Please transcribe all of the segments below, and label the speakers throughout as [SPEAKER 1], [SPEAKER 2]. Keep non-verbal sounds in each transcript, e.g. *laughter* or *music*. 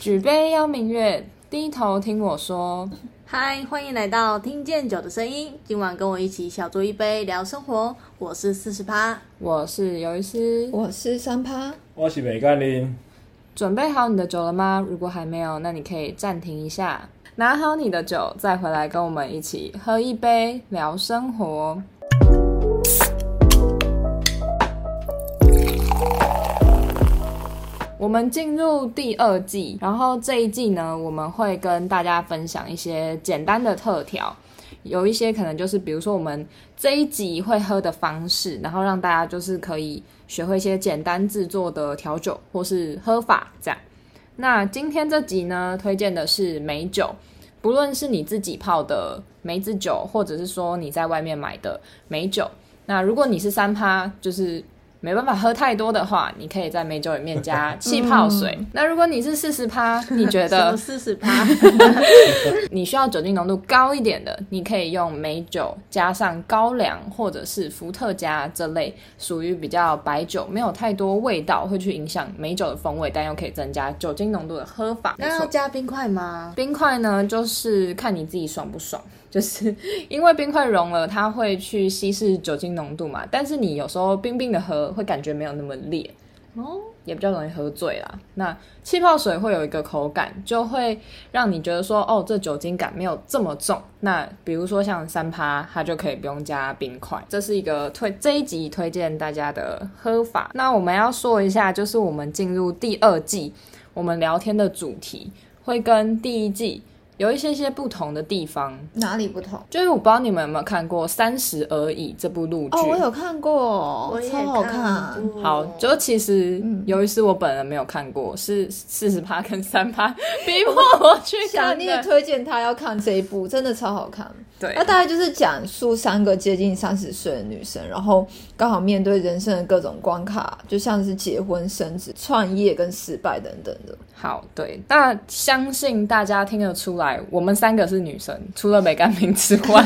[SPEAKER 1] 举杯邀明月，低头听我说。
[SPEAKER 2] 嗨，欢迎来到听见酒的声音。今晚跟我一起小酌一杯，聊生活。我是四十趴，
[SPEAKER 1] 我是尤医师，
[SPEAKER 3] 我是三趴，
[SPEAKER 4] 我是美甘林。
[SPEAKER 1] 准备好你的酒了吗？如果还没有，那你可以暂停一下，拿好你的酒，再回来跟我们一起喝一杯，聊生活。我们进入第二季，然后这一季呢，我们会跟大家分享一些简单的特调，有一些可能就是比如说我们这一集会喝的方式，然后让大家就是可以学会一些简单制作的调酒或是喝法这样。那今天这集呢，推荐的是美酒，不论是你自己泡的梅子酒，或者是说你在外面买的美酒。那如果你是三趴，就是没办法喝太多的话，你可以在美酒里面加气泡水。那如果你是四十趴，你觉
[SPEAKER 2] 什么
[SPEAKER 1] 得
[SPEAKER 2] 四十趴？
[SPEAKER 1] 你需要酒精浓度高一点的，你可以用美酒加上高粱或者是伏特加这类属于比较白酒，没有太多味道会去影响美酒的风味，但又可以增加酒精浓度的喝法。
[SPEAKER 2] 那要加冰块
[SPEAKER 1] 啊
[SPEAKER 2] 吗？
[SPEAKER 1] 冰块呢，就是看你自己爽不爽， *laughs* 就是因为冰块融了，它会去稀释酒精浓度嘛。但是你有时候冰冰的喝，会感觉没有那么烈，
[SPEAKER 2] 哦，
[SPEAKER 1] 也比较容易喝醉啦。那气泡水会有一个口感，就会让你觉得说，哦，这酒精感没有这么重。那比如说像三趴，它就可以不用加冰块。这是一个推这一集推荐大家的喝法。那我们要说一下，就是我们进入第二季，我们聊天的主题会跟第一季有一些些不同的地方。
[SPEAKER 3] 哪里不同？
[SPEAKER 1] 就是我不知道你们有没有看过《三十而已》这部陆剧
[SPEAKER 3] 哦，我有看过
[SPEAKER 2] 我，也
[SPEAKER 3] 超好看。
[SPEAKER 2] 过
[SPEAKER 1] 好，就其实
[SPEAKER 3] 嗯
[SPEAKER 1] 由于是我本人没有看过，是四十趴跟三
[SPEAKER 3] *laughs*
[SPEAKER 1] 趴逼迫我去
[SPEAKER 3] 强
[SPEAKER 1] 看
[SPEAKER 3] 烈
[SPEAKER 1] 的。
[SPEAKER 3] 推荐他要看这一部，真的超好看。
[SPEAKER 1] 对
[SPEAKER 3] 那，大概就是讲述三个接近三十岁的女生，然后刚好面对人生的各种关卡，就像是结婚、生子、创业跟失败等等的。
[SPEAKER 1] 好，对，那相信大家听得出来，我们三个是女生，除了梅甘平之
[SPEAKER 3] *laughs*
[SPEAKER 1] 外，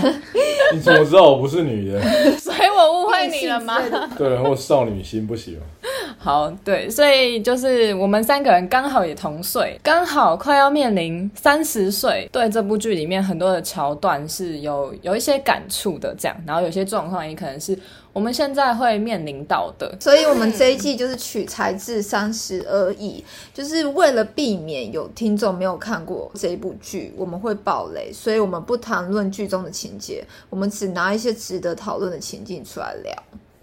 [SPEAKER 4] 你怎么知道我不是女的？
[SPEAKER 1] 所以我误会你了吗？
[SPEAKER 4] 对，我少女心不行吗？哦
[SPEAKER 1] 好，对，所以就是我们三个人刚好也同岁，刚好快要面临三十岁，对这部剧里面很多的桥段是有有一些感触的，这样，然后有些状况也可能是我们现在会面临到的，
[SPEAKER 3] 所以我们这一季就是取材自《三十而已》，就是为了避免有听众没有看过这一部剧，我们会爆雷，所以我们不谈论剧中的情节，我们只拿一些值得讨论的情境出来聊。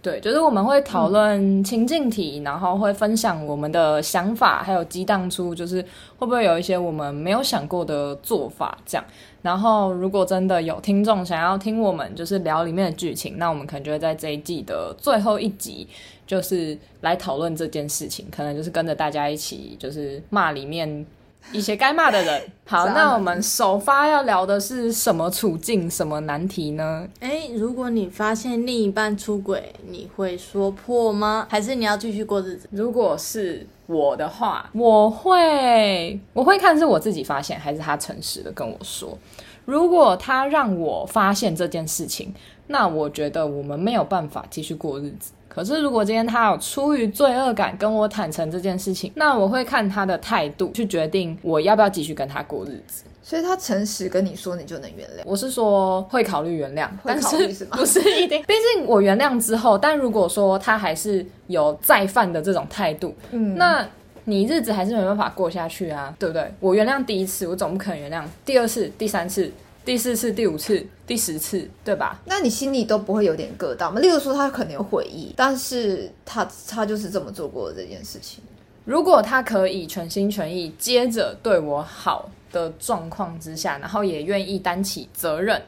[SPEAKER 1] 对，就是我们会讨论情境题，然后会分享我们的想法，还有激荡出就是会不会有一些我们没有想过的做法这样。然后如果真的有听众想要听我们就是聊里面的剧情，那我们可能就会在这一季的最后一集，就是来讨论这件事情，可能就是跟着大家一起就是骂里面。一些该骂的人，好，
[SPEAKER 3] 渣男
[SPEAKER 1] 那我们首发要聊的是什么处境、什么难题呢？
[SPEAKER 2] 哎，如果你发现另一半出轨，你会说破吗？还是你要继续过日子？
[SPEAKER 1] 如果是我的话，我会我会看是我自己发现，还是他诚实的跟我说。如果他让我发现这件事情，那我觉得我们没有办法继续过日子。可是如果今天他有出于罪恶感跟我坦诚这件事情，那我会看他的态度去决定我要不要继续跟他过日子。
[SPEAKER 3] 所以他诚实跟你说，你就能原谅。
[SPEAKER 1] 我是说会考虑原谅，
[SPEAKER 3] 会
[SPEAKER 1] 但
[SPEAKER 3] 考
[SPEAKER 1] 是
[SPEAKER 3] 虑是
[SPEAKER 1] *laughs*
[SPEAKER 3] 吗
[SPEAKER 1] 不是一
[SPEAKER 3] *laughs*
[SPEAKER 1] 定？毕竟我原谅之后，但如果说他还是有再犯的这种态度，
[SPEAKER 3] 嗯，
[SPEAKER 1] 那你日子还是没办法过下去啊，对不对？我原谅第一次，我总不可能原谅第二次、第三次、第四次、第五次、第十次，对吧？
[SPEAKER 3] 那你心里都不会有点疙瘩吗？例如说，他可能有悔意，但是他他就是这么做过的这件事情。
[SPEAKER 1] 如果他可以全心全意接着对我好的状况之下，然后也愿意担起责任，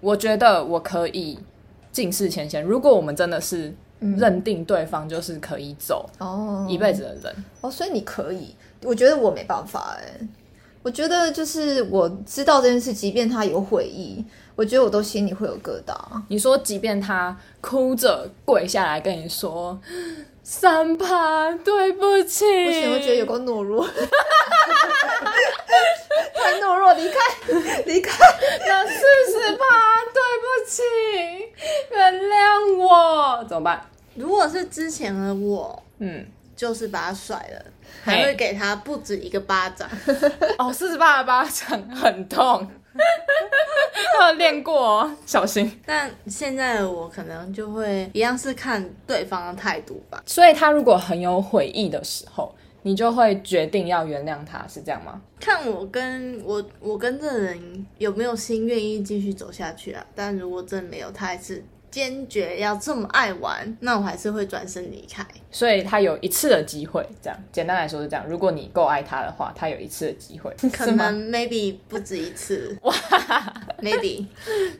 [SPEAKER 1] 我觉得我可以尽释前嫌。如果我们真的是认定对方就是可以走
[SPEAKER 3] 哦
[SPEAKER 1] 一辈子的人，
[SPEAKER 3] 哦，所以你可以，我觉得我没办法哎、我觉得就是我知道这件事，即便他有悔意，我觉得我都心里会有疙瘩。
[SPEAKER 1] 你说，即便他哭着跪下来跟你说“三趴，对不起”，
[SPEAKER 3] 不行，我觉得有够
[SPEAKER 2] *laughs*
[SPEAKER 3] 懦弱，太懦弱，离开，离开。
[SPEAKER 1] *laughs* 那四十趴，对不起，原谅我，怎么办？
[SPEAKER 2] 如果是之前的我，
[SPEAKER 1] 嗯，
[SPEAKER 2] 就是把他甩了，
[SPEAKER 1] 嘿
[SPEAKER 2] 还会给他不止一个巴掌。
[SPEAKER 1] 哦，四十八的巴掌很痛， *laughs* 他有练过哦，小心。
[SPEAKER 2] 但现在的我可能就会一样是看对方的态度吧。
[SPEAKER 1] 所以他如果很有悔意的时候，你就会决定要原谅他，是这样吗？
[SPEAKER 2] 看我跟我我跟这人有没有心愿意继续走下去啊？但如果真的没有，他还是坚决要这么爱玩，那我还是会转身离开。
[SPEAKER 1] 所以他有一次的机会，这样简单来说是这样。如果你够爱他的话，他有一次的机会，
[SPEAKER 2] 可
[SPEAKER 1] 是
[SPEAKER 2] 能
[SPEAKER 1] 吗？
[SPEAKER 2] maybe 不止一次， *laughs* 哇，maybe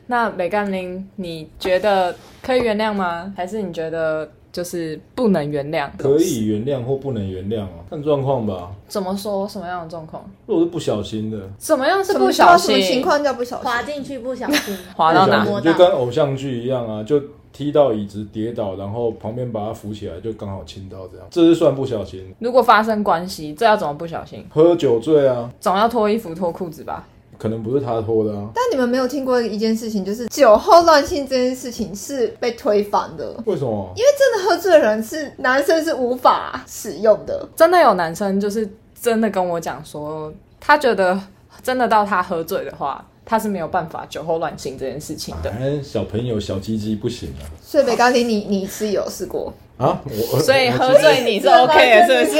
[SPEAKER 1] 那美干林，你觉得可以原谅吗？还是你觉得就是不能原谅？
[SPEAKER 4] 可以原谅或不能原谅啊，看状况吧。
[SPEAKER 1] 怎么说？什么样的状况？
[SPEAKER 4] 如果是不小心的，
[SPEAKER 1] 怎么样是
[SPEAKER 3] 什么
[SPEAKER 1] 不小
[SPEAKER 3] 什么
[SPEAKER 1] 心？
[SPEAKER 3] 情况叫不小心？
[SPEAKER 2] 滑进去不小 *laughs* 心
[SPEAKER 1] 滑到哪
[SPEAKER 4] 不小心
[SPEAKER 2] 摸
[SPEAKER 4] 就跟
[SPEAKER 2] 到，
[SPEAKER 4] 偶像剧一样啊，就踢到椅子跌倒，然后旁边把他扶起来，就刚好亲到这样，这是算不小心。
[SPEAKER 1] 如果发生关系，这要怎么不小心？
[SPEAKER 4] 喝酒醉啊，
[SPEAKER 1] 总要脱衣服、脱裤子吧？
[SPEAKER 4] 可能不是他拖的啊，
[SPEAKER 3] 但你们没有听过一件事情，就是酒后乱性这件事情是被推翻的，
[SPEAKER 4] 为什么？
[SPEAKER 3] 因为真的喝醉的人是男生是无法使用的。
[SPEAKER 1] 真的有男生就是真的跟我讲说，他觉得真的到他喝醉的话，他是没有办法酒后乱性这件事情的。
[SPEAKER 4] 哎，小朋友小鸡鸡不行
[SPEAKER 3] 所以北高林，你 *laughs* 你是有试过？
[SPEAKER 4] 啊！啊，
[SPEAKER 1] *laughs*
[SPEAKER 4] 我
[SPEAKER 1] 所以
[SPEAKER 4] 我
[SPEAKER 1] 喝醉你是 OK 的，是不是？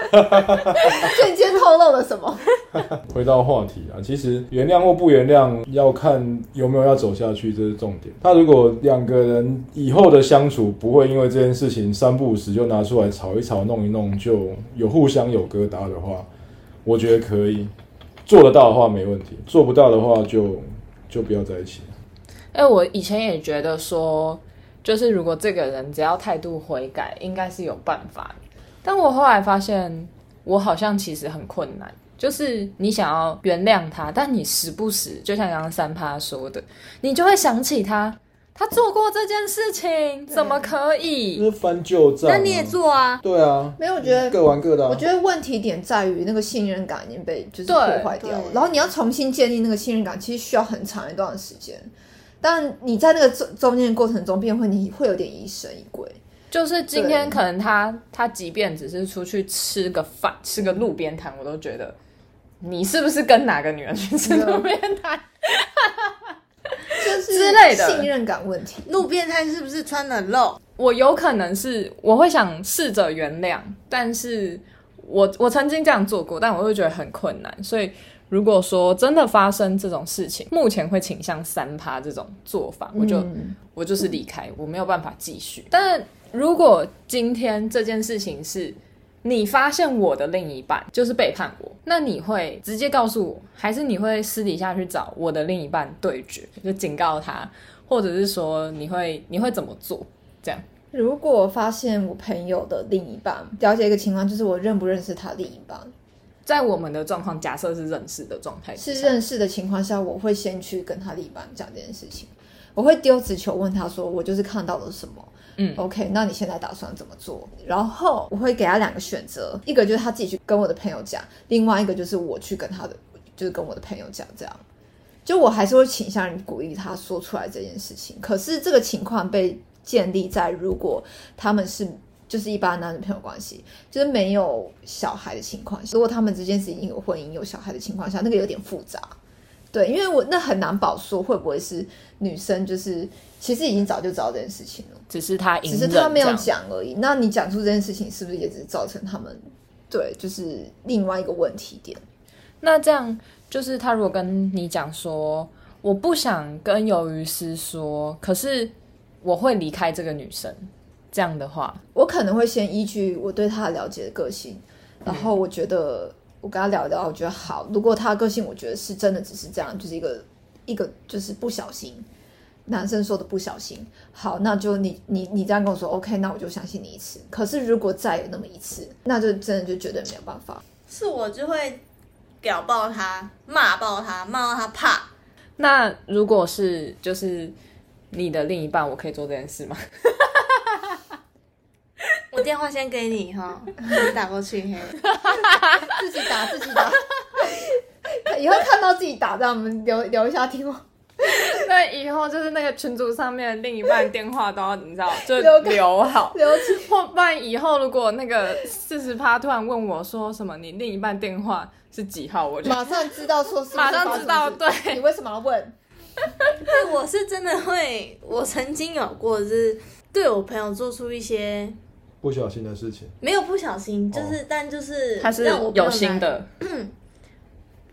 [SPEAKER 4] *laughs*
[SPEAKER 3] 瞬间透露了什么？
[SPEAKER 4] 回到话题啊，其实原谅或不原谅要看有没有要走下去，这是重点。他如果两个人以后的相处不会因为这件事情三不五时就拿出来吵一吵、弄一弄，就有互相有疙瘩的话，我觉得可以做得到的话没问题，做不到的话就就不要在一起。
[SPEAKER 1] 哎，我以前也觉得说，就是如果这个人只要态度悔改，应该是有办法。但我后来发现，我好像其实很困难。就是你想要原谅他，但你时不时，就像刚刚三趴说的，你就会想起他，他做过这件事情，怎么可
[SPEAKER 4] 就
[SPEAKER 1] 以？
[SPEAKER 4] 是翻旧账、
[SPEAKER 2] 那你也？做啊，
[SPEAKER 4] 对啊，
[SPEAKER 3] *laughs* 没有，我觉得
[SPEAKER 4] 各玩各的、啊。
[SPEAKER 3] 我觉得问题点在于那个信任感已经被就是
[SPEAKER 1] 对
[SPEAKER 3] 破坏掉了
[SPEAKER 2] 对，
[SPEAKER 3] 然后你要重新建立那个信任感，其实需要很长一段时间。但你在那个中中间的过程中，便会你会有点疑神疑鬼。
[SPEAKER 1] 就是今天
[SPEAKER 3] 对
[SPEAKER 1] 可能他他即便只是出去吃个饭，吃个路边摊，我都觉得你是不是跟哪个女人去吃路边摊？
[SPEAKER 3] 就是
[SPEAKER 1] 之类的
[SPEAKER 3] 信任感问题。
[SPEAKER 2] 路边摊是不是穿的露？
[SPEAKER 1] 我有可能是我会想试着原谅，但是我我曾经这样做过，但我会觉得很困难。所以如果说真的发生这种事情，目前会倾向三趴这种做法，我就、
[SPEAKER 3] 嗯
[SPEAKER 1] 我就是离开，我没有办法继续。但如果今天这件事情是你发现我的另一半就是背叛我，那你会直接告诉我，还是你会私底下去找我的另一半对决，就警告他，或者是说你会你会怎么做？这样。
[SPEAKER 3] 如果发现我朋友的另一半，了解一个情况，就是我认不认识他另一半，
[SPEAKER 1] 在我们的状况，假设是认识的状态之
[SPEAKER 3] 是
[SPEAKER 1] 下，
[SPEAKER 3] 认识的情况下，我会先去跟他另一半讲这件事情。我会丢直球问他说：“我就是看到了什么，
[SPEAKER 1] 嗯
[SPEAKER 3] ，OK，那你现在打算怎么做？”然后我会给他两个选择，一个就是他自己去跟我的朋友讲，另外一个就是我去跟他的，就是跟我的朋友讲，这样。就我还是会倾向于鼓励他说出来这件事情，可是这个情况被建立在如果他们是就是一般男女朋友关系，就是没有小孩的情况下，如果他们之间是已经有婚姻有小孩的情况下，那个有点复杂。对，因为我那很难保说会不会是女生，就是其实已经早就知道这件事情了，
[SPEAKER 1] 只是他隐
[SPEAKER 3] 只
[SPEAKER 1] 忍，
[SPEAKER 3] 是她没有，讲而已。那你讲出这件事情，是不是也只是造成他们对就是另外一个问题点？
[SPEAKER 1] 那这样就是他如果跟你讲说，我不想跟鱿鱼丝说，可是我会离开这个女生，这样的话，
[SPEAKER 3] 我可能会先依据我对他的了解的个性，然后我觉得我跟他聊一聊，我觉得好。如果他的个性我觉得是真的只是这样，就是一个一个就是不小心，男生说的不小心，好，那就你你你这样跟我说 OK，那我就相信你一次。可是如果再有那么一次，那就真的就绝对没有办法。
[SPEAKER 2] 是我就会屌爆他，骂爆他，骂到他怕。
[SPEAKER 1] 那如果是就是你的另一半，我可以做这件事 *laughs* 吗？
[SPEAKER 2] 我电话先给你哈，你 *laughs* 打过去嘿。
[SPEAKER 3] 自己 *laughs* 打自己打，以后看到自己打，让我们留留一下听哦。
[SPEAKER 1] 所以以后就是那个群组上面的另一半电话都要你知道，就
[SPEAKER 3] *laughs* 留给
[SPEAKER 1] 留好。
[SPEAKER 3] 留起
[SPEAKER 1] 或不然以后如果那个四十趴突然问我说什么，你另一半电话是几号，我就
[SPEAKER 3] 马上知道说是不是
[SPEAKER 1] 马上知道
[SPEAKER 3] 发生什么事
[SPEAKER 1] 对 *laughs*
[SPEAKER 3] 你为什么要问？
[SPEAKER 2] 对，我是真的会，我曾经有过，就是对我朋友做出一些
[SPEAKER 4] 不小心的事情，
[SPEAKER 2] 没有不小心，就是、但就是
[SPEAKER 1] 哦他是
[SPEAKER 2] 让我朋友
[SPEAKER 1] 有心
[SPEAKER 2] 难，
[SPEAKER 1] 的，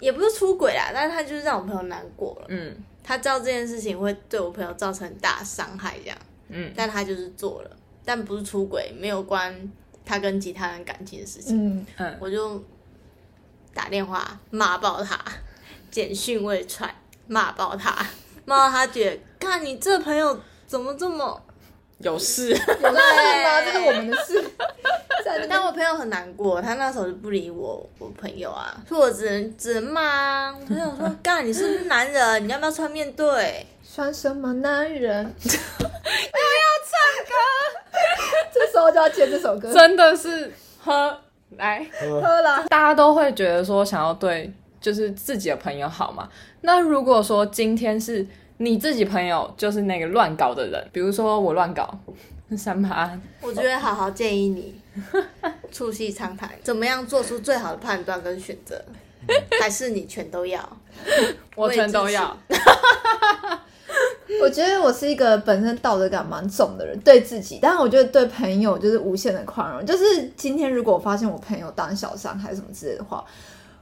[SPEAKER 2] 也不是出轨啦，但是他就是让我朋友难过了。
[SPEAKER 1] 嗯
[SPEAKER 2] 他知道这件事情会对我朋友造成很大伤害，这样，
[SPEAKER 1] 嗯，
[SPEAKER 2] 但他就是做了，但不是出轨，没有关他跟其他人感情的事情。
[SPEAKER 3] 嗯，
[SPEAKER 1] 嗯，
[SPEAKER 2] 我就打电话骂爆他， *laughs* 简讯未传，骂爆他，骂到他觉得，看你这朋友怎么这么……
[SPEAKER 1] 有事，
[SPEAKER 3] 有事吗？啊这是我们的事。在那边
[SPEAKER 2] 但我朋友很难过，他那时候就不理我，我朋友啊，所以我只能只能骂啊。我朋友说，干你是不是男人？你要不要穿面对？
[SPEAKER 3] 算什么男人？ *laughs* 又要唱歌， *laughs* 这时候就要接这首
[SPEAKER 1] *laughs*
[SPEAKER 3] 歌。
[SPEAKER 1] 真的是喝来。
[SPEAKER 4] 呃
[SPEAKER 3] 喝啦，
[SPEAKER 1] 大家都会觉得说想要对就是自己的朋友好嘛。那如果说今天是你自己朋友就是那个乱搞的人，比如说我乱搞 *laughs* 三八，
[SPEAKER 2] 我觉得好好建议 *laughs* 你促膝长谈，怎么样做出最好的判断跟选择，
[SPEAKER 3] 嗯
[SPEAKER 2] 还是你全都要？
[SPEAKER 1] 我全都要。
[SPEAKER 3] *laughs* 我觉得我是一个本身道德感蛮重的人，对自己，但是我觉得对朋友就是无限的宽容。就是今天如果我发现我朋友当小伤害什么之类的话，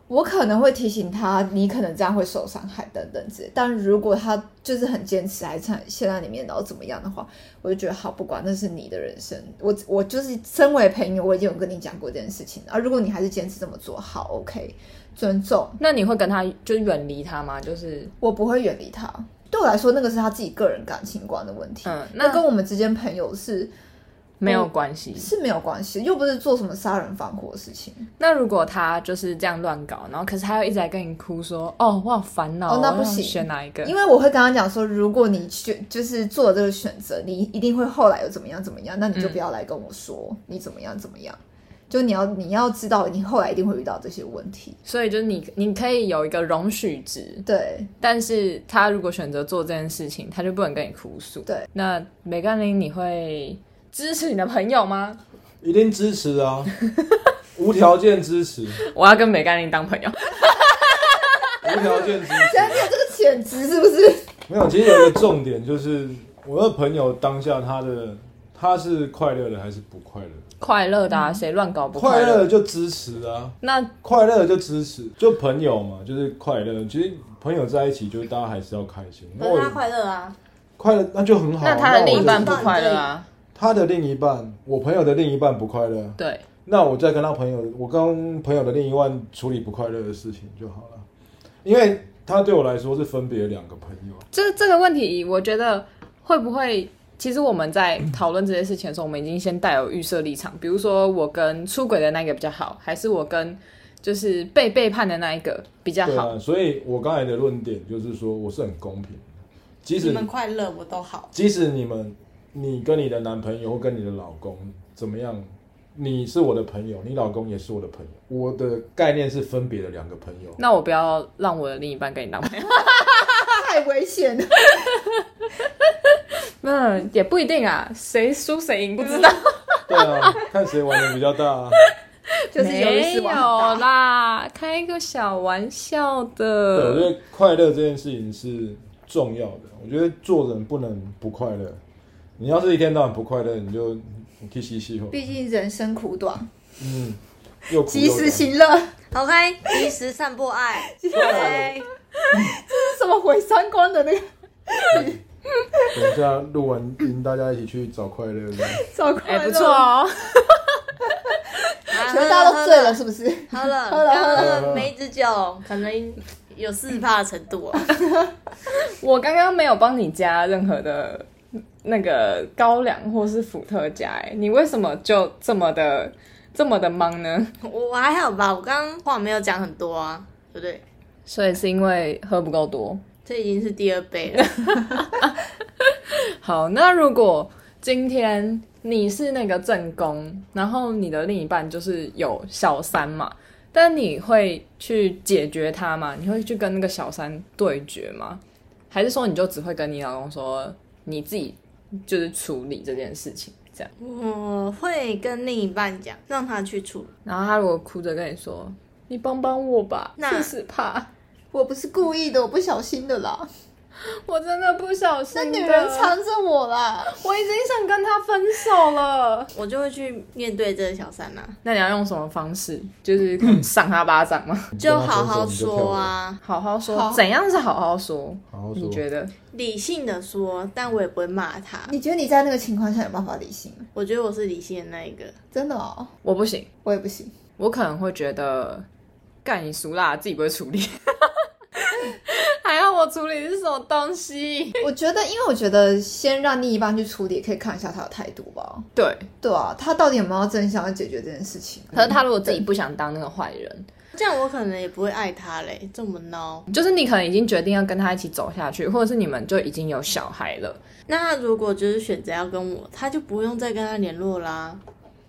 [SPEAKER 3] 我可能会提醒他，你可能这样会受伤害等等之类。但如果他就是很坚持还在陷在里面，然后怎么样的话，我就觉得好，不管那是你的人生，我我就是身为朋友，我已经有跟你讲过这件事情了。啊，如果你还是坚持这么做，好，OK，尊重，
[SPEAKER 1] 那你会跟他就是远离他吗？就是
[SPEAKER 3] 我不会远离他。对我来说，那个是他自己个人感情观的问题。
[SPEAKER 1] 嗯，
[SPEAKER 3] 那
[SPEAKER 1] 那
[SPEAKER 3] 跟我们之间朋友是
[SPEAKER 1] 没有关系。
[SPEAKER 3] 是没有关系，又不是做什么杀人放火的事情。
[SPEAKER 1] 那如果他就是这样乱搞，然后可是他又一直在跟你哭说，哦，我好烦恼，
[SPEAKER 3] 哦那
[SPEAKER 1] 我
[SPEAKER 3] 不
[SPEAKER 1] 要
[SPEAKER 3] 行
[SPEAKER 1] 选哪一个？
[SPEAKER 3] 因为我会跟他讲说，如果你选就是做了这个选择，你一定会后来有怎么样怎么样，那你就不要来跟我说、你怎么样怎么样。就你要你要知道，你后来一定会遇到这些问题。
[SPEAKER 1] 所以就是你，你可以有一个容许值，
[SPEAKER 3] 对，
[SPEAKER 1] 但是他如果选择做这件事情，他就不能跟你哭诉。
[SPEAKER 3] 对，
[SPEAKER 1] 那梅甘林，你会支持你的朋友吗？
[SPEAKER 4] 一定支持啊，无条件支持，无
[SPEAKER 1] *laughs* 我要跟梅甘林当朋友。
[SPEAKER 4] 条件支持。
[SPEAKER 3] 但是有这个潜质是不是？ *laughs*
[SPEAKER 4] 没有，其实有一个重点就是，我的朋友当下他的他是快乐的还是不快乐的？
[SPEAKER 1] 快乐的、啊，谁乱搞不
[SPEAKER 4] 快乐
[SPEAKER 1] 乐？
[SPEAKER 4] 的就支持啊，
[SPEAKER 1] 那
[SPEAKER 4] 快乐的就支持，就朋友嘛，就是快乐。其实朋友在一起，就是大家还是要开心。那
[SPEAKER 2] 可
[SPEAKER 4] 我
[SPEAKER 2] 是他快乐啊，
[SPEAKER 4] 快乐那就很好啊。
[SPEAKER 1] 那他的
[SPEAKER 4] 我
[SPEAKER 1] 另一半
[SPEAKER 4] 就
[SPEAKER 1] 不
[SPEAKER 4] 是
[SPEAKER 1] 快乐啊？
[SPEAKER 4] 他的另一半，我朋友的另一半不快乐，
[SPEAKER 1] 对，
[SPEAKER 4] 那我再跟他朋友，我跟朋友的另一半处理不快乐的事情就好了，因为他对我来说是分别两个朋友。
[SPEAKER 1] 这这个问题，我觉得会不会？其实我们在讨论这些事情的时候，我们已经先带有预设立场，比如说我跟出轨的那个比较好，还是我跟就是被背叛的那一个比较
[SPEAKER 4] 对
[SPEAKER 1] 好？
[SPEAKER 4] 啊，所以我刚才的论点就是说，我是很公平的，即
[SPEAKER 2] 你
[SPEAKER 4] 使
[SPEAKER 2] 们快乐我都好。
[SPEAKER 4] 即使你们，你跟你的男朋友或跟你的老公怎么样，你是我的朋友，你老公也是我的朋友，我的概念是分别的两个朋友。
[SPEAKER 1] 那我不要让我的另一半跟你当朋友。
[SPEAKER 3] 太危险了。
[SPEAKER 1] *laughs* 那也不一定啊，谁输谁赢不知道， *laughs*
[SPEAKER 4] 对啊， *laughs* 看谁玩的比较大、啊。
[SPEAKER 3] 就是有一
[SPEAKER 1] 没
[SPEAKER 3] 丝
[SPEAKER 1] 有
[SPEAKER 3] 玩大
[SPEAKER 1] 啦，开个小玩笑
[SPEAKER 4] 对，我觉
[SPEAKER 1] 的。
[SPEAKER 4] 得快乐这件事情是重要的。我觉得做人不能不快乐。你要是一天到晚不快乐，你就你去嘻嘻吼，
[SPEAKER 3] *laughs* 毕竟人生苦短，
[SPEAKER 4] 嗯，又
[SPEAKER 3] *laughs*
[SPEAKER 4] 苦
[SPEAKER 3] 及
[SPEAKER 4] 又
[SPEAKER 3] 时
[SPEAKER 4] 累。
[SPEAKER 3] 行乐，
[SPEAKER 2] OK，及时散播爱。 *laughs* 对，
[SPEAKER 3] 这是什么毁三观的那个
[SPEAKER 4] 等一下录完音，大家一起去找快乐。
[SPEAKER 3] 照快
[SPEAKER 1] 哎、
[SPEAKER 3] 乐？
[SPEAKER 1] 不错，哦，
[SPEAKER 2] 全
[SPEAKER 3] 全大家都醉了，是不是？
[SPEAKER 2] 喝了，
[SPEAKER 3] 喝了喝了
[SPEAKER 2] 刚刚没一支酒，可能有四十趴的程度哦。
[SPEAKER 1] *laughs* 我刚刚没有帮你加任何的那个高粱或是伏特加、哎，你为什么就这么的这么的忙呢？
[SPEAKER 2] *laughs* 我我还好吧，我刚刚话没有讲很多啊，对不对？
[SPEAKER 1] 所以是因为喝不够多。
[SPEAKER 2] 这已经是第二杯
[SPEAKER 4] *laughs*
[SPEAKER 2] 了。
[SPEAKER 1] 好，那如果今天你是那个正宫，然后你的另一半就是有小三嘛，但你会去解决他吗？你会去跟那个小三对决吗？还是说你就只会跟你老公说你自己就是处理这件事情这样？
[SPEAKER 2] 我会跟另一半讲，让他去处理。
[SPEAKER 1] 然后他如果哭着跟你说你帮帮我吧，
[SPEAKER 2] 那
[SPEAKER 1] 四十怕，
[SPEAKER 3] *laughs* 我不是故意的，我不小心的啦，
[SPEAKER 1] 我真的不小心
[SPEAKER 3] 那
[SPEAKER 1] 的，
[SPEAKER 3] 女人缠着我啦。
[SPEAKER 1] 我已经想跟他分手
[SPEAKER 2] *laughs*
[SPEAKER 1] 了。
[SPEAKER 2] 我就会去面对这个小三啦、啊
[SPEAKER 1] 那你要用什么方式？就是可能赏他巴掌吗？
[SPEAKER 4] 你
[SPEAKER 2] 就
[SPEAKER 4] 跟他
[SPEAKER 2] 好好
[SPEAKER 4] 分手你就跳
[SPEAKER 2] 说
[SPEAKER 4] 了，
[SPEAKER 2] 啊，
[SPEAKER 1] 好好说，
[SPEAKER 3] 好
[SPEAKER 1] 怎样是好好说？
[SPEAKER 4] 好好
[SPEAKER 1] 你
[SPEAKER 4] 说。
[SPEAKER 1] 觉得？
[SPEAKER 2] 理性的说，但我也不会骂他。
[SPEAKER 3] 你觉得你在那个情况下有办法理性吗？
[SPEAKER 2] 我觉得我是理性的那一个，
[SPEAKER 3] 真的哦，
[SPEAKER 1] 我不行，
[SPEAKER 3] 我也不行。
[SPEAKER 1] 我可能会觉得干你熟啦，自己不会处理， *laughs* 还要我处理是什么东西？
[SPEAKER 3] 我觉得，因为我觉得先让另一半去处理，可以看一下他的态度吧。
[SPEAKER 1] 对，
[SPEAKER 3] 对啊，他到底有没有真想要解决这件事情？
[SPEAKER 1] 可是他如果自己不想当那个坏人，
[SPEAKER 2] 这样我可能也不会爱他嘞。这么孬，
[SPEAKER 1] 就是你可能已经决定要跟他一起走下去，或者是你们就已经有小孩了。
[SPEAKER 2] 那他如果就是选择要跟我，他就不用再跟他联络啦。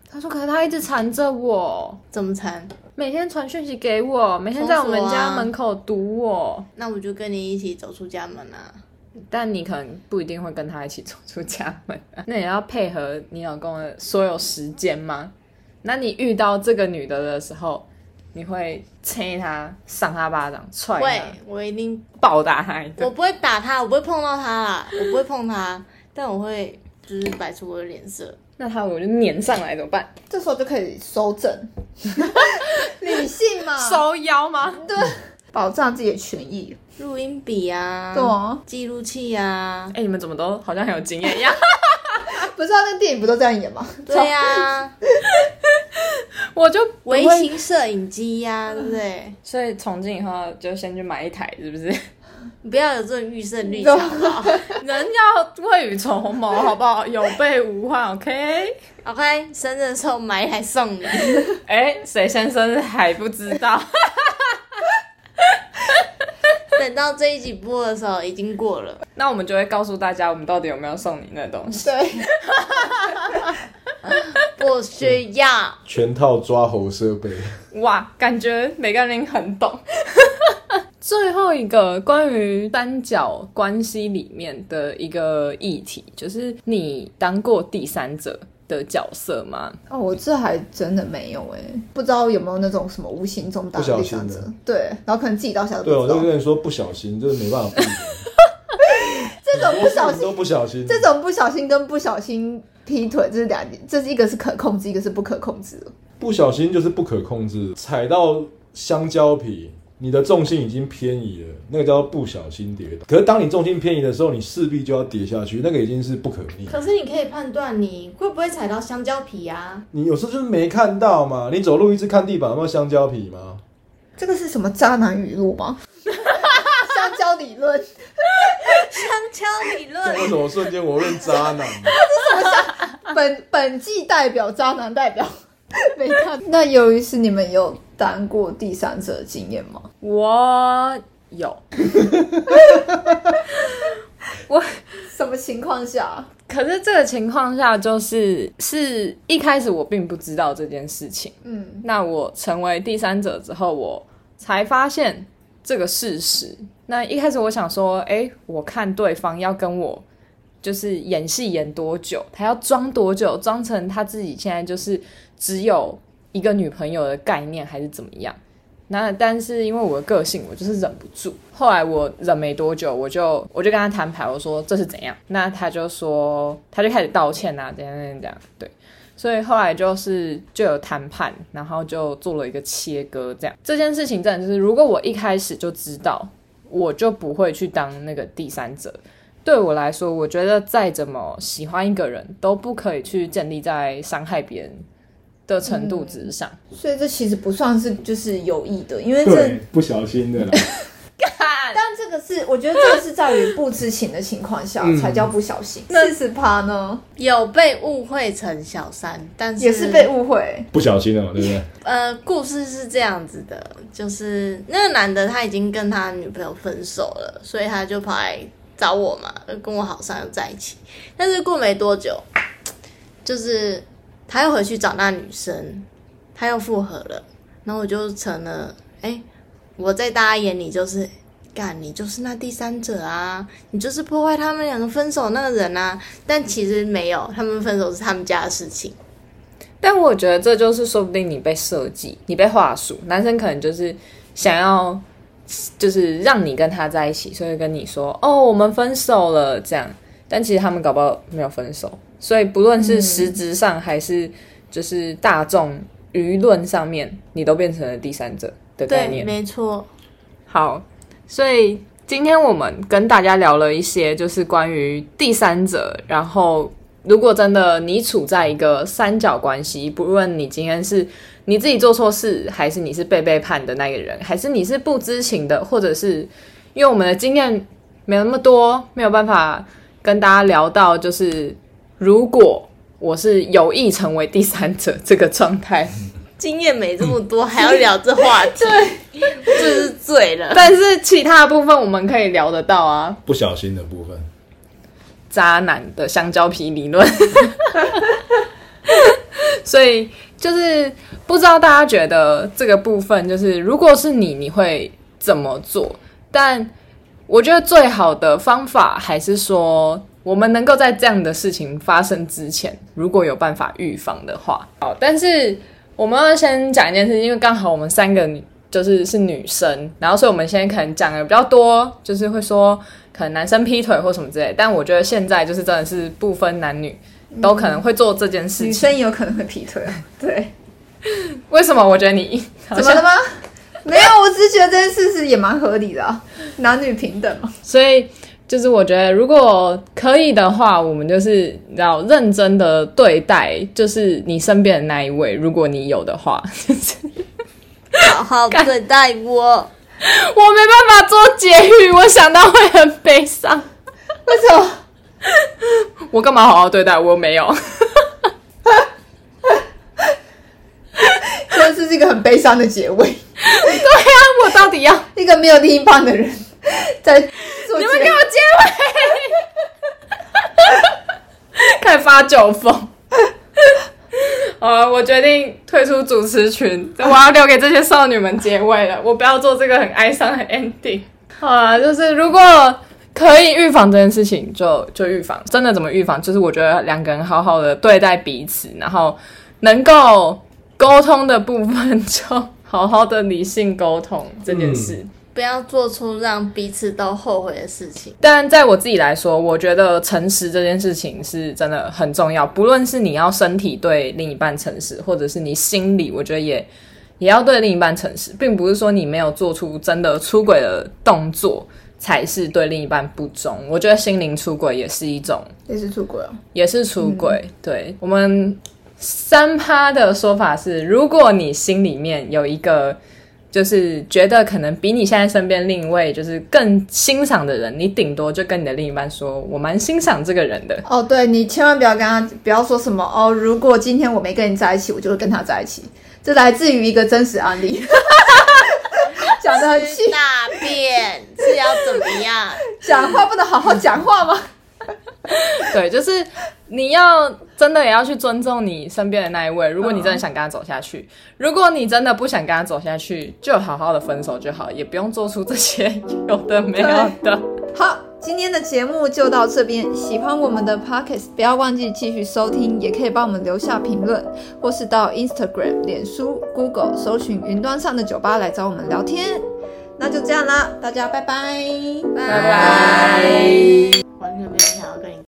[SPEAKER 1] 他说，可是他一直缠着我，
[SPEAKER 2] 怎么缠？
[SPEAKER 1] 每天传讯息给我，每天在我们家门口堵我。
[SPEAKER 2] 那我就跟你一起走出家门啊。
[SPEAKER 1] 但你可能不一定会跟他一起走出家门、啊 *laughs* 那也要配合你老公的所有时间吗？那你遇到这个女的的时候，你会切她、赏她巴掌、踹
[SPEAKER 2] 会
[SPEAKER 4] 啊
[SPEAKER 1] 她、，
[SPEAKER 2] 我一定，
[SPEAKER 1] 暴打她一
[SPEAKER 2] 我
[SPEAKER 1] 顿？
[SPEAKER 2] 不会打他，我不会碰到他啦，我不会碰他，但我会就是摆出我的脸色。
[SPEAKER 1] 那她我就撵上来怎么办？
[SPEAKER 3] 这时候就可以收整，理性嘛，
[SPEAKER 1] 收腰 *laughs* 吗？
[SPEAKER 3] 对，保障自己的权益。
[SPEAKER 2] 录音笔啊，
[SPEAKER 3] 对啊
[SPEAKER 2] 记录器啊
[SPEAKER 1] 哎、，你们怎么都好像很有经验一样？
[SPEAKER 3] 不是、啊、那电影不都这样演吗？
[SPEAKER 2] 对呀、 *laughs* 啊，
[SPEAKER 1] *laughs* *laughs* 我就不
[SPEAKER 2] 微
[SPEAKER 1] 会，
[SPEAKER 2] 型摄影机呀、对不对？
[SPEAKER 1] 所以从今以后就先去买一台，是不是？
[SPEAKER 2] 你不要有这种预设立 *laughs* 场好不好
[SPEAKER 1] *laughs* 人要未雨绸缪，好不好？有备无患，OK。
[SPEAKER 2] OK，生日的时候买一台送你。
[SPEAKER 1] *laughs*
[SPEAKER 2] *laughs*
[SPEAKER 1] 哎、谁先生日还不知道？
[SPEAKER 2] 等到这一集播的时候已经过了。
[SPEAKER 1] 那我们就会告诉大家，我们到底有没有送你那东西。
[SPEAKER 3] 对，
[SPEAKER 2] 不需要，
[SPEAKER 4] 全套抓猴设
[SPEAKER 3] *laughs*
[SPEAKER 4] 备，
[SPEAKER 1] 哇，感觉每个人很懂。 *laughs* 最后一个关于三角关系里面的一个议题，就是你当过第三者的角色吗？
[SPEAKER 3] 哦，我这还真的没有哎、不知道有没有那种什么无形中打
[SPEAKER 4] 不小
[SPEAKER 3] 第
[SPEAKER 4] 心
[SPEAKER 3] 三
[SPEAKER 4] 的
[SPEAKER 3] 者，对，然后可能自己到现在
[SPEAKER 4] 对，
[SPEAKER 3] 都不
[SPEAKER 4] 我
[SPEAKER 3] 知
[SPEAKER 4] 就
[SPEAKER 3] 道，
[SPEAKER 4] 跟你说不小心，这是没办法避免。
[SPEAKER 3] 这种 *laughs* 不小
[SPEAKER 4] 很多事情都
[SPEAKER 3] 心，
[SPEAKER 4] 不小心，
[SPEAKER 3] 这种不小心跟不小心劈腿，这是两，这是一个是可控制，一个是不可控制的。
[SPEAKER 4] 不小心就是不可控制，踩到香蕉皮，你的重心已经偏移了，那个叫不小心跌倒。可是当你重心偏移的时候，你势必就要跌下去，那个已经是不可逆。
[SPEAKER 2] 可是你可以判断你会不会踩到香蕉皮啊？
[SPEAKER 4] 你有时候就是没看到嘛，你走路一直看地板有没有香蕉皮吗？
[SPEAKER 3] 这个是什么渣男语录吗？香蕉理论，
[SPEAKER 2] 香蕉理论，
[SPEAKER 4] 为什么瞬间我变渣
[SPEAKER 3] *laughs*
[SPEAKER 4] 男？
[SPEAKER 3] 本本季代表渣男代表没看。那由于是你们有当过第三者的经验吗？
[SPEAKER 1] 我有，
[SPEAKER 3] 什么情况下？
[SPEAKER 1] 可是这个情况下，就是是一开始我并不知道这件事情。
[SPEAKER 3] 嗯，
[SPEAKER 1] 那我成为第三者之后，我才发现这个事实。那一开始我想说，诶，我看对方要跟我就是演戏演多久，他要装多久，装成他自己现在就是只有一个女朋友的概念，还是怎么样？那但是因为我的个性，我就是忍不住。后来我忍没多久，我就我就跟他摊牌，我说这是怎样？那他就说，他就开始道歉啊，怎样怎样怎样，对。所以后来就是就有谈判，然后就做了一个切割，这样这件事情真的就是，如果我一开始就知道，我就不会去当那个第三者。对我来说，我觉得再怎么喜欢一个人都不可以去建立在伤害别人的程度之上。
[SPEAKER 3] 所以这其实不算是就是有意的，因为这
[SPEAKER 4] 对，不小心的啦。
[SPEAKER 3] 但这个是，我觉得这个是在于不知情的情况下才叫不小心。四十趴呢，
[SPEAKER 2] 有被误会成小三，但是
[SPEAKER 3] 也是被误会。
[SPEAKER 4] 不小心的嘛，对不对？
[SPEAKER 2] 呃，故事是这样子的，就是那个男的他已经跟他女朋友分手了，所以他就跑来找我嘛，跟我好像又在一起。但是过没多久，就是他又回去找那女生，他又复合了，然后我就成了，哎、我在大家眼里就是干你就是那第三者啊，你就是破坏他们两个分手那个人啊。但其实没有，他们分手是他们家的事情。
[SPEAKER 1] 但我觉得这就是说不定你被设计，你被话术，男生可能就是想要，就是让你跟他在一起，所以跟你说哦，我们分手了这样。但其实他们搞不好没有分手，所以不论是实质上还是就是大众舆论上面，你都变成了第三者的概
[SPEAKER 2] 对，
[SPEAKER 1] 念。
[SPEAKER 2] 没错。
[SPEAKER 1] 好，所以今天我们跟大家聊了一些，就是关于第三者。然后，如果真的你处在一个三角关系，不论你今天是你自己做错事，还是你是被背叛的那个人，还是你是不知情的，或者是因为我们的经验没那么多，没有办法跟大家聊到，就是如果我是有意成为第三者这个状态，
[SPEAKER 2] 经验没这么多，还要聊这话题，对，这是醉了。
[SPEAKER 1] *laughs* 但是其他的部分我们可以聊得到啊。
[SPEAKER 4] 不小心的部分。
[SPEAKER 1] 渣男的香蕉皮理论，所以就是不知道大家觉得这个部分，就是如果是你，你会怎么做？但我觉得最好的方法还是说，我们能够在这样的事情发生之前，如果有办法预防的话，好。但是我们要先讲一件事情，因为刚好我们三个女就是是女生，然后所以我们现在可能讲的比较多，就是会说可能男生劈腿或什么之类。但我觉得现在就是真的是不分男女，都可能会做这件事
[SPEAKER 3] 女
[SPEAKER 1] 情。
[SPEAKER 3] 生也有可能会劈腿，啊对，
[SPEAKER 1] 为什么？我觉得你好
[SPEAKER 3] 怎么
[SPEAKER 1] 像
[SPEAKER 3] 了吗？ *laughs* 没有，我只是觉得这件事是也蛮合理的、啊，男女平等嘛。
[SPEAKER 1] 所以就是我觉得，如果可以的话，我们就是要认真的对待，就是你身边的那一位，如果你有的话， *laughs*
[SPEAKER 2] 好好对待我，
[SPEAKER 1] 我没办法做结语，我想到会很悲 *laughs* 伤。
[SPEAKER 3] 为什么？
[SPEAKER 1] 我干嘛好好对待？我没有， *laughs*
[SPEAKER 3] 这是一个很悲伤的结尾， *laughs*
[SPEAKER 1] 啊我到底要你
[SPEAKER 3] 一个没有另一半的人在做
[SPEAKER 1] 们给
[SPEAKER 3] 结
[SPEAKER 1] 我。
[SPEAKER 3] 尾
[SPEAKER 1] 结尾， *laughs* 开始发酒疯。呃，我决定退出主持群，我要留给这些少女们结尾了。我不要做这个很哀伤的 ending。好啊，就是如果可以预防这件事情就，就预防。真的怎么预防？就是我觉得两个人好好的对待彼此，然后能够沟通的部分就好好的理性沟通这件事。
[SPEAKER 2] 不要做出让彼此都后悔的事情。
[SPEAKER 1] 但在我自己来说，我觉得诚实这件事情是真的很重要。不论是你要身体对另一半诚实，或者是你心里，我觉得也也要对另一半诚实，并不是说你没有做出真的出轨的动作才是对另一半不忠。我觉得心灵出轨也是一种，
[SPEAKER 3] 也是出轨哦，
[SPEAKER 1] 也是出轨。对我们三趴的说法是，如果你心里面有一个。就是觉得可能比你现在身边另一位就是更欣赏的人，你顶多就跟你的另一半说，我蛮欣赏这个人的。
[SPEAKER 3] 哦，对你千万不要跟他，不要说什么哦。如果今天我没跟你在一起，我就会跟他在一起。这来自于一个真实案例， *laughs* 讲的很气，
[SPEAKER 2] 大便是要怎么样？
[SPEAKER 3] 讲话不能好好讲话吗？
[SPEAKER 1] 对，就是你要真的也要去尊重你身边的那一位。如果你真的想跟他走下去，如果你真的不想跟他走下去，就好好的分手就好，也不用做出这些有的没有的。
[SPEAKER 3] 好，今天的节目就到这边。喜欢我们的 Pockets，不要忘记继续收听，也可以帮我们留下评论，或是到 Instagram、脸书、Google 搜寻“云端上的酒吧”来找我们聊天。那就这样啦，大家拜拜，拜
[SPEAKER 1] 拜。